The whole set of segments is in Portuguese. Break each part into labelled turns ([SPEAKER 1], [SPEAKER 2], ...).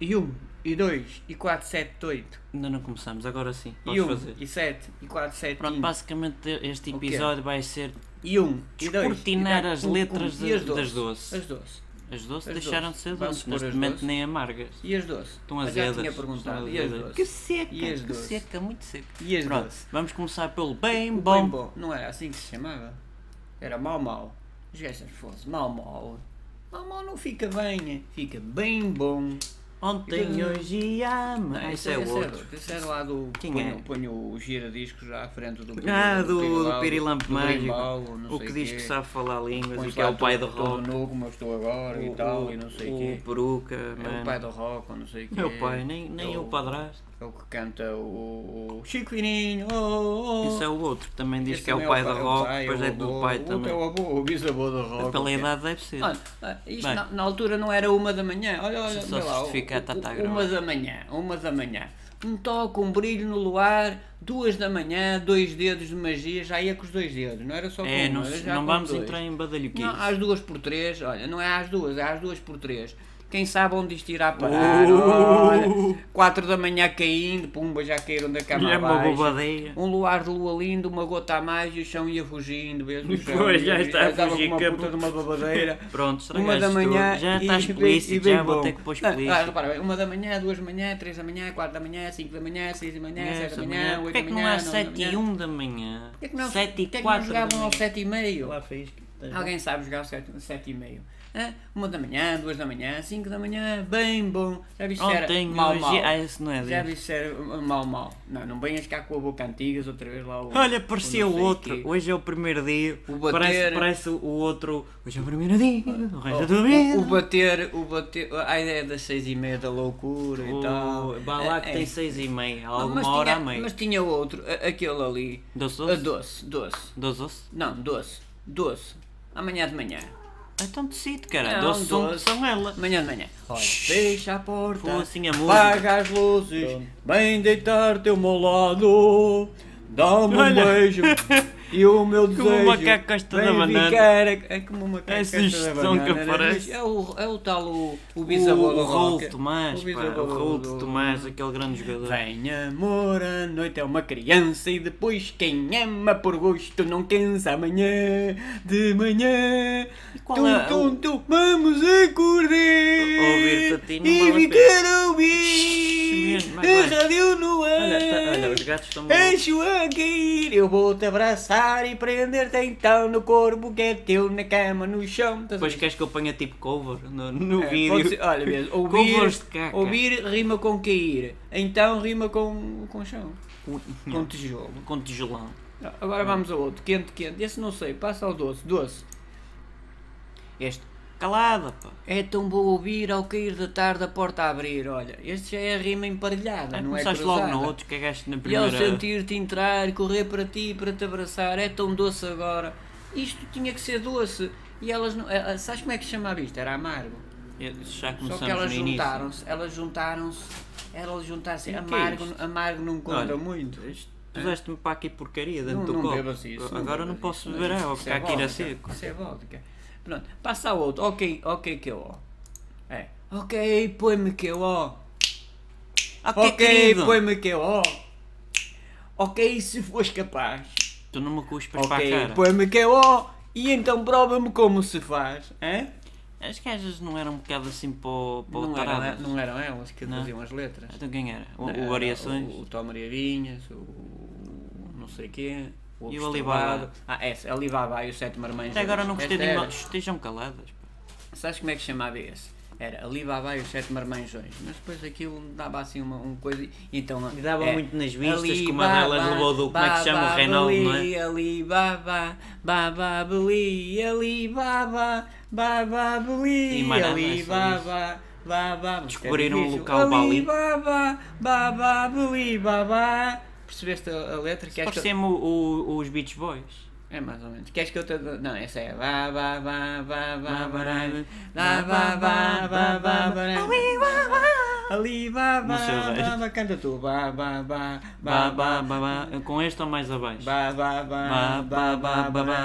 [SPEAKER 1] e 1, e 2, e 4, 7, 8,
[SPEAKER 2] Ainda não começamos, agora sim.
[SPEAKER 1] e
[SPEAKER 2] Podes
[SPEAKER 1] 1,
[SPEAKER 2] fazer.
[SPEAKER 1] e 7, e 4, 7,
[SPEAKER 2] Pronto,
[SPEAKER 1] 1,
[SPEAKER 2] basicamente este
[SPEAKER 1] O quê?
[SPEAKER 2] episódio vai ser
[SPEAKER 1] e 1, e 2.
[SPEAKER 2] descortinar as letras das- das doce.
[SPEAKER 1] As doce.
[SPEAKER 2] as doces
[SPEAKER 1] As
[SPEAKER 2] deixaram de
[SPEAKER 1] doces.
[SPEAKER 2] ser
[SPEAKER 1] Vamos
[SPEAKER 2] doces,
[SPEAKER 1] pôr
[SPEAKER 2] neste
[SPEAKER 1] as
[SPEAKER 2] momento
[SPEAKER 1] doces.
[SPEAKER 2] nem amargas.
[SPEAKER 1] E as doce.
[SPEAKER 2] Estão
[SPEAKER 1] Eu
[SPEAKER 2] azedas.
[SPEAKER 1] já tinha
[SPEAKER 2] estão
[SPEAKER 1] perguntado. E as
[SPEAKER 2] azedas.
[SPEAKER 1] doces.
[SPEAKER 2] Que seca,
[SPEAKER 1] E as
[SPEAKER 2] que
[SPEAKER 1] doces.
[SPEAKER 2] seca, muito seca.
[SPEAKER 1] E as
[SPEAKER 2] Pronto,
[SPEAKER 1] doce.
[SPEAKER 2] vamos começar pelo bem
[SPEAKER 1] O
[SPEAKER 2] bom.
[SPEAKER 1] bem bom. Não era assim que se chamava? Era mau mau. Os gajos fosse mau mau. Mau mau não fica bem, fica bem bom.
[SPEAKER 2] Ontem,
[SPEAKER 1] Então,
[SPEAKER 2] hoje e amanhã. Ah, isso é o
[SPEAKER 1] esse
[SPEAKER 2] outro.
[SPEAKER 1] Esse era lá do.
[SPEAKER 2] Quem
[SPEAKER 1] ponho,
[SPEAKER 2] é?
[SPEAKER 1] ponho o giradiscos já à frente do.
[SPEAKER 2] Ah, do, do,
[SPEAKER 1] Pirilau,
[SPEAKER 2] Pirilampo
[SPEAKER 1] do
[SPEAKER 2] Mágico.
[SPEAKER 1] Berimbau, não
[SPEAKER 2] o
[SPEAKER 1] sei
[SPEAKER 2] que diz
[SPEAKER 1] quê.
[SPEAKER 2] que sabe falar línguas e
[SPEAKER 1] Pões
[SPEAKER 2] que é
[SPEAKER 1] lá
[SPEAKER 2] o pai do
[SPEAKER 1] todo- todo
[SPEAKER 2] rock.
[SPEAKER 1] nu como eu estou agora e tal, e não sei
[SPEAKER 2] o,
[SPEAKER 1] quê.
[SPEAKER 2] o peruca,
[SPEAKER 1] É
[SPEAKER 2] mano.
[SPEAKER 1] o pai do rock, ou não sei o quê.
[SPEAKER 2] É o pai, nem, nem
[SPEAKER 1] É
[SPEAKER 2] o padrasto.
[SPEAKER 1] É o que canta o, o Chico Ininho. Oh, oh.
[SPEAKER 2] Isso é o outro, que também diz
[SPEAKER 1] Esse
[SPEAKER 2] que é o
[SPEAKER 1] também
[SPEAKER 2] pai do
[SPEAKER 1] é
[SPEAKER 2] rock,
[SPEAKER 1] pai,
[SPEAKER 2] depois
[SPEAKER 1] o
[SPEAKER 2] é do
[SPEAKER 1] avô,
[SPEAKER 2] pai
[SPEAKER 1] o outro
[SPEAKER 2] também.
[SPEAKER 1] é o avô, o bisavô do rock.
[SPEAKER 2] Pela
[SPEAKER 1] o quê.
[SPEAKER 2] idade deve ser.
[SPEAKER 1] Olha, ah, isto
[SPEAKER 2] Bem.
[SPEAKER 1] na, na altura não era uma da manhã. Olha, olha,
[SPEAKER 2] Só
[SPEAKER 1] vê lá,
[SPEAKER 2] justificar,
[SPEAKER 1] o-
[SPEAKER 2] tá,
[SPEAKER 1] o-
[SPEAKER 2] tá,
[SPEAKER 1] Uma
[SPEAKER 2] grava.
[SPEAKER 1] da manhã, uma da manhã. Um toque, um brilho no luar, duas da manhã, dois dedos de magia, já ia com os dois dedos, não era só com
[SPEAKER 2] É,
[SPEAKER 1] um,
[SPEAKER 2] não,
[SPEAKER 1] era
[SPEAKER 2] se-
[SPEAKER 1] já
[SPEAKER 2] não
[SPEAKER 1] com
[SPEAKER 2] vamos
[SPEAKER 1] dois.
[SPEAKER 2] entrar em badalhoquice.
[SPEAKER 1] Não, às duas por três, olha, não é às duas, é às duas por três. Quem sabe onde isto irá parar?
[SPEAKER 2] Oh!
[SPEAKER 1] Olha, quatro da manhã caindo, pumba, já caíram da cama
[SPEAKER 2] É uma
[SPEAKER 1] abaixo.
[SPEAKER 2] bobadeia.
[SPEAKER 1] Um luar de lua lindo, uma gota a mais e o chão ia fugindo, vês? O chão
[SPEAKER 2] Pois, já
[SPEAKER 1] ia-
[SPEAKER 2] está a
[SPEAKER 1] estava com
[SPEAKER 2] fugir,
[SPEAKER 1] uma
[SPEAKER 2] acabou.
[SPEAKER 1] puta de uma babadeira.
[SPEAKER 2] Pronto,
[SPEAKER 1] Uma
[SPEAKER 2] estragaste
[SPEAKER 1] da manhã
[SPEAKER 2] tudo. Já
[SPEAKER 1] e-
[SPEAKER 2] estás
[SPEAKER 1] e bem- e
[SPEAKER 2] polícia,
[SPEAKER 1] bem
[SPEAKER 2] já vou
[SPEAKER 1] bom.
[SPEAKER 2] ter que pôr os
[SPEAKER 1] Ah, Ah,
[SPEAKER 2] polícia.
[SPEAKER 1] repara bem, uma da manhã, duas da manhã, três da manhã, quatro da manhã, cinco da manhã, seis da manhã, sete da manhã, oito
[SPEAKER 2] Porquê é
[SPEAKER 1] da
[SPEAKER 2] que
[SPEAKER 1] manhã,
[SPEAKER 2] não há
[SPEAKER 1] nove da
[SPEAKER 2] 7 e
[SPEAKER 1] manhã.
[SPEAKER 2] 1 da manhã?
[SPEAKER 1] Porquê que não-
[SPEAKER 2] 7 e
[SPEAKER 1] porquê que
[SPEAKER 2] 4
[SPEAKER 1] não jogavam
[SPEAKER 2] da
[SPEAKER 1] ao sete e meio?
[SPEAKER 2] manhã? fez.
[SPEAKER 1] Alguém sabe jogar 7 e meio? Hã? Uma da manhã, duas da manhã, cinco da manhã, bem bom. Já viste se era
[SPEAKER 2] Ontem,
[SPEAKER 1] mau, mau?
[SPEAKER 2] hoje... Ah, esse não é
[SPEAKER 1] Já
[SPEAKER 2] dele.
[SPEAKER 1] viste se era uh, mau, mau? Não, não venhas cá com a boca antigas outra vez lá o...
[SPEAKER 2] Olha, parecia
[SPEAKER 1] não
[SPEAKER 2] o
[SPEAKER 1] sei
[SPEAKER 2] outro.
[SPEAKER 1] quê.
[SPEAKER 2] Hoje é o primeiro dia.
[SPEAKER 1] O bater.
[SPEAKER 2] Parece, parece o outro. Hoje é o primeiro dia. O resto da tua vida.
[SPEAKER 1] Oh, O, o bater, o bater, a ideia das seis e meia da loucura e tal.
[SPEAKER 2] O- Vá lá que
[SPEAKER 1] É,
[SPEAKER 2] tem
[SPEAKER 1] é.
[SPEAKER 2] 6 e meia. Alguma
[SPEAKER 1] mas
[SPEAKER 2] hora
[SPEAKER 1] tinha,
[SPEAKER 2] a meia.
[SPEAKER 1] Mas tinha outro, a- aquele ali.
[SPEAKER 2] Doce,
[SPEAKER 1] A
[SPEAKER 2] doce?
[SPEAKER 1] doce, doce.
[SPEAKER 2] Doce, doce?
[SPEAKER 1] Não, doce. Doce. Amanhã de manhã.
[SPEAKER 2] Então decide, cara.
[SPEAKER 1] Não,
[SPEAKER 2] Doce são,
[SPEAKER 1] doce.
[SPEAKER 2] são ela.
[SPEAKER 1] Amanhã de manhã. Olha, fecha a porta.
[SPEAKER 2] Pô, assim a música.
[SPEAKER 1] Paga as luzes, vem deitar-te ao meu lado, dá-me um
[SPEAKER 2] Olha.
[SPEAKER 1] beijo e o meu desejo.
[SPEAKER 2] Como o macaco gosta
[SPEAKER 1] vem
[SPEAKER 2] da banana.
[SPEAKER 1] ficar a- É como o macaco
[SPEAKER 2] É a
[SPEAKER 1] gosta da
[SPEAKER 2] sugestão
[SPEAKER 1] banana.
[SPEAKER 2] que aparece.
[SPEAKER 1] Mas É o, é o tal, o, o
[SPEAKER 2] O,
[SPEAKER 1] bisavô
[SPEAKER 2] o
[SPEAKER 1] do
[SPEAKER 2] Raul
[SPEAKER 1] rock. é-
[SPEAKER 2] Tomás,
[SPEAKER 1] O
[SPEAKER 2] pá.
[SPEAKER 1] bisavô
[SPEAKER 2] O Raul
[SPEAKER 1] do- é
[SPEAKER 2] Tomás, aquele grande jogador.
[SPEAKER 1] Vem amor, a noite é uma criança e depois quem ama por gosto não cansa amanhã de manhã.
[SPEAKER 2] qual
[SPEAKER 1] tum,
[SPEAKER 2] é o-
[SPEAKER 1] tum, tum, vamos acordar
[SPEAKER 2] Ouvir-te a ti não
[SPEAKER 1] e
[SPEAKER 2] vale a
[SPEAKER 1] ficar a ouvir
[SPEAKER 2] Shhh, mesmo, vai,
[SPEAKER 1] a
[SPEAKER 2] vai.
[SPEAKER 1] rádio no ar.
[SPEAKER 2] Olha, tá- olha, os gatos estão.
[SPEAKER 1] Deixo a cair, eu vou-te abraçar e prender-te então no corpo que é teu, na cama, no chão. Estás a
[SPEAKER 2] Depois
[SPEAKER 1] ver?
[SPEAKER 2] queres que eu ponha tipo cover no, no
[SPEAKER 1] É,
[SPEAKER 2] vídeo?
[SPEAKER 1] pode ser- olha mesmo,
[SPEAKER 2] Covers
[SPEAKER 1] ouvir,
[SPEAKER 2] de caca.
[SPEAKER 1] ouvir rima com cair, então rima com, com chão, com tijolo.
[SPEAKER 2] Com tijolão.
[SPEAKER 1] Agora vamos ao outro, quente, quente. Esse não sei, passa ao doce, doce. Este.
[SPEAKER 2] Calada, pá.
[SPEAKER 1] É tão bom ouvir ao cair da tarde a porta a abrir, olha. Este já é a rima emparelhada,
[SPEAKER 2] Ah,
[SPEAKER 1] não é
[SPEAKER 2] começaste
[SPEAKER 1] cruzada.
[SPEAKER 2] logo no outro, cagaste na
[SPEAKER 1] E ao
[SPEAKER 2] primeira.
[SPEAKER 1] sentir-te entrar, correr para ti, para te abraçar, é tão doce agora. Isto tinha que ser doce. E elas não... eh, eh, Sabes como é que se chamava isto? Era amargo.
[SPEAKER 2] Eu-
[SPEAKER 1] Só
[SPEAKER 2] Já começamos
[SPEAKER 1] que elas
[SPEAKER 2] no início.
[SPEAKER 1] juntaram-se, elas juntaram-se, elas juntaram-se.
[SPEAKER 2] E o que é
[SPEAKER 1] Amargo,
[SPEAKER 2] isto?
[SPEAKER 1] amargo não conta
[SPEAKER 2] Olha,
[SPEAKER 1] muito.
[SPEAKER 2] Isto- Puseste-me para aqui porcaria dentro
[SPEAKER 1] né? Não,
[SPEAKER 2] do
[SPEAKER 1] não
[SPEAKER 2] copo.
[SPEAKER 1] bebas isso.
[SPEAKER 2] Agora
[SPEAKER 1] bebas
[SPEAKER 2] não posso
[SPEAKER 1] isso,
[SPEAKER 2] beber
[SPEAKER 1] isso-
[SPEAKER 2] água,
[SPEAKER 1] isso
[SPEAKER 2] porque
[SPEAKER 1] é
[SPEAKER 2] há que ir a
[SPEAKER 1] vodka,
[SPEAKER 2] seco.
[SPEAKER 1] Isso é vodka. Pronto, passa ao outro. Ok, ok que eu ó. É. Ok, põe-me que eu ó.
[SPEAKER 2] Ok,
[SPEAKER 1] Ok,
[SPEAKER 2] Ah, querido.
[SPEAKER 1] põe-me que eu ó. Ok, se fores capaz.
[SPEAKER 2] Tu não me cuspas para a
[SPEAKER 1] Ok,
[SPEAKER 2] cara.
[SPEAKER 1] põe-me que eu ó. E então prova-me como se faz, hein?
[SPEAKER 2] As gajas não eram um bocado assim para o para o
[SPEAKER 1] Não eram,
[SPEAKER 2] taradas?
[SPEAKER 1] não eram elas que
[SPEAKER 2] Não.
[SPEAKER 1] faziam as letras.
[SPEAKER 2] Então quem era? O,
[SPEAKER 1] Não,
[SPEAKER 2] o Variações?
[SPEAKER 1] O, o Tom Ariadinhas, o, o não sei quê. O
[SPEAKER 2] E o
[SPEAKER 1] Ovo
[SPEAKER 2] Alibaba?
[SPEAKER 1] Estrelado. Ah, essa, Alibaba e o Sete Marmães.
[SPEAKER 2] Até agora não gostei de
[SPEAKER 1] Esta era.
[SPEAKER 2] mal. Estejam caladas. pá.
[SPEAKER 1] Sabes como é que chamava esse? Era Alibaba e os Sete Marmanjões. Mas depois aquilo dava assim uma, uma coisa. e Então,
[SPEAKER 2] E dava
[SPEAKER 1] é,
[SPEAKER 2] muito nas vistas,
[SPEAKER 1] Ali,
[SPEAKER 2] como a
[SPEAKER 1] babá,
[SPEAKER 2] delas levou do- como é que se chama, o
[SPEAKER 1] babá,
[SPEAKER 2] Reinaldo, não é?
[SPEAKER 1] beli, Alibaba, bababeli, Alibaba, bababeli,
[SPEAKER 2] E mais nada, é só
[SPEAKER 1] Alibaba. Babá, é
[SPEAKER 2] Descobriram um local para ali.
[SPEAKER 1] Alibaba, bababeli, babá. Percebeste a, a letra? Queres que eu-
[SPEAKER 2] Parecemos o- o- os Beach Boys.
[SPEAKER 1] é mais ou menos. Queres que eu te. dou- Não, essa é. Vá, vá, vá, vá, vá, vá, vá, vá, vá, vá, vá, vá, vá, vá, vá, Ali, vá, vá,
[SPEAKER 2] Não sei o
[SPEAKER 1] vá,
[SPEAKER 2] resto.
[SPEAKER 1] vá, canta tu. Vá, vá, vá,
[SPEAKER 2] Ba, ba, ba, ba. Com esta ou mais abaixo?
[SPEAKER 1] Ba ba ba ba ba ba ba ba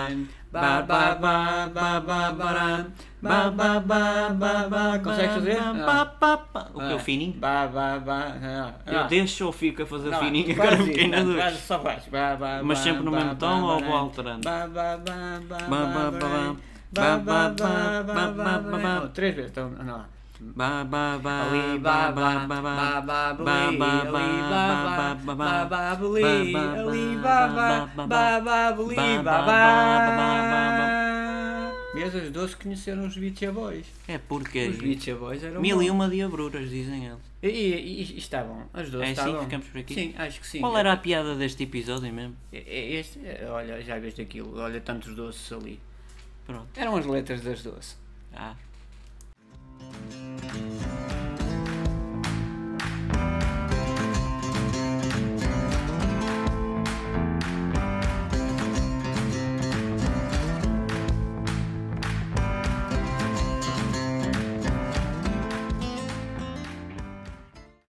[SPEAKER 1] ba ba ba ba ba ba ba ba ba ba Consegues fazer?
[SPEAKER 2] Ba, ba, ba. O que é
[SPEAKER 1] Ah.
[SPEAKER 2] o fininho?
[SPEAKER 1] Ba ba ba ah,
[SPEAKER 2] Eu
[SPEAKER 1] ah.
[SPEAKER 2] deixo ou fico a fazer
[SPEAKER 1] Não,
[SPEAKER 2] fininho?
[SPEAKER 1] faz
[SPEAKER 2] Agora um
[SPEAKER 1] isso,
[SPEAKER 2] fiquei na
[SPEAKER 1] não,
[SPEAKER 2] dúvida.
[SPEAKER 1] faz- Só faz. Ba, ba,
[SPEAKER 2] Mas
[SPEAKER 1] ba,
[SPEAKER 2] sempre no
[SPEAKER 1] ba,
[SPEAKER 2] mesmo
[SPEAKER 1] ba,
[SPEAKER 2] tom
[SPEAKER 1] ba,
[SPEAKER 2] ou
[SPEAKER 1] ba, né?
[SPEAKER 2] vou alterando?
[SPEAKER 1] Ba ba ba ba
[SPEAKER 2] Ba,
[SPEAKER 1] ba
[SPEAKER 2] ba,
[SPEAKER 1] ba ba ba
[SPEAKER 2] ba, ba,
[SPEAKER 1] ba ba
[SPEAKER 2] ba,
[SPEAKER 1] ba ba
[SPEAKER 2] ba.
[SPEAKER 1] Oh, Três vezes, então, não lá.
[SPEAKER 2] Ba, ba, ba,
[SPEAKER 1] Ali, ba,
[SPEAKER 2] ba, ba, ba, ba.
[SPEAKER 1] ba, ba,
[SPEAKER 2] Ba,
[SPEAKER 1] bali,
[SPEAKER 2] ba,
[SPEAKER 1] ali,
[SPEAKER 2] ba,
[SPEAKER 1] ba,
[SPEAKER 2] ba,
[SPEAKER 1] ba,
[SPEAKER 2] ba, ba.
[SPEAKER 1] ba, bali,
[SPEAKER 2] Ba, ba,
[SPEAKER 1] ali, ba,
[SPEAKER 2] ba,
[SPEAKER 1] ba,
[SPEAKER 2] ba,
[SPEAKER 1] ba,
[SPEAKER 2] ba,
[SPEAKER 1] ba, bali, ba,
[SPEAKER 2] Ba, ba,
[SPEAKER 1] ba.
[SPEAKER 2] ba, ba,
[SPEAKER 1] Mesmo os dois conheceram os Beach Boys.
[SPEAKER 2] É porque
[SPEAKER 1] Os Beach Boys eram
[SPEAKER 2] mil e
[SPEAKER 1] bons.
[SPEAKER 2] um. uma diabruras, dizem eles.
[SPEAKER 1] E, e- e- e estavam, as duas
[SPEAKER 2] É assim que
[SPEAKER 1] estavam.
[SPEAKER 2] ficamos por aqui?
[SPEAKER 1] Sim, acho que sim.
[SPEAKER 2] Qual era a piada deste episódio mesmo?
[SPEAKER 1] E- e- É, Este, olha, já viste aquilo, olha tantos doces ali.
[SPEAKER 2] Pronto.
[SPEAKER 1] Eram as letras das doces.
[SPEAKER 2] Ah.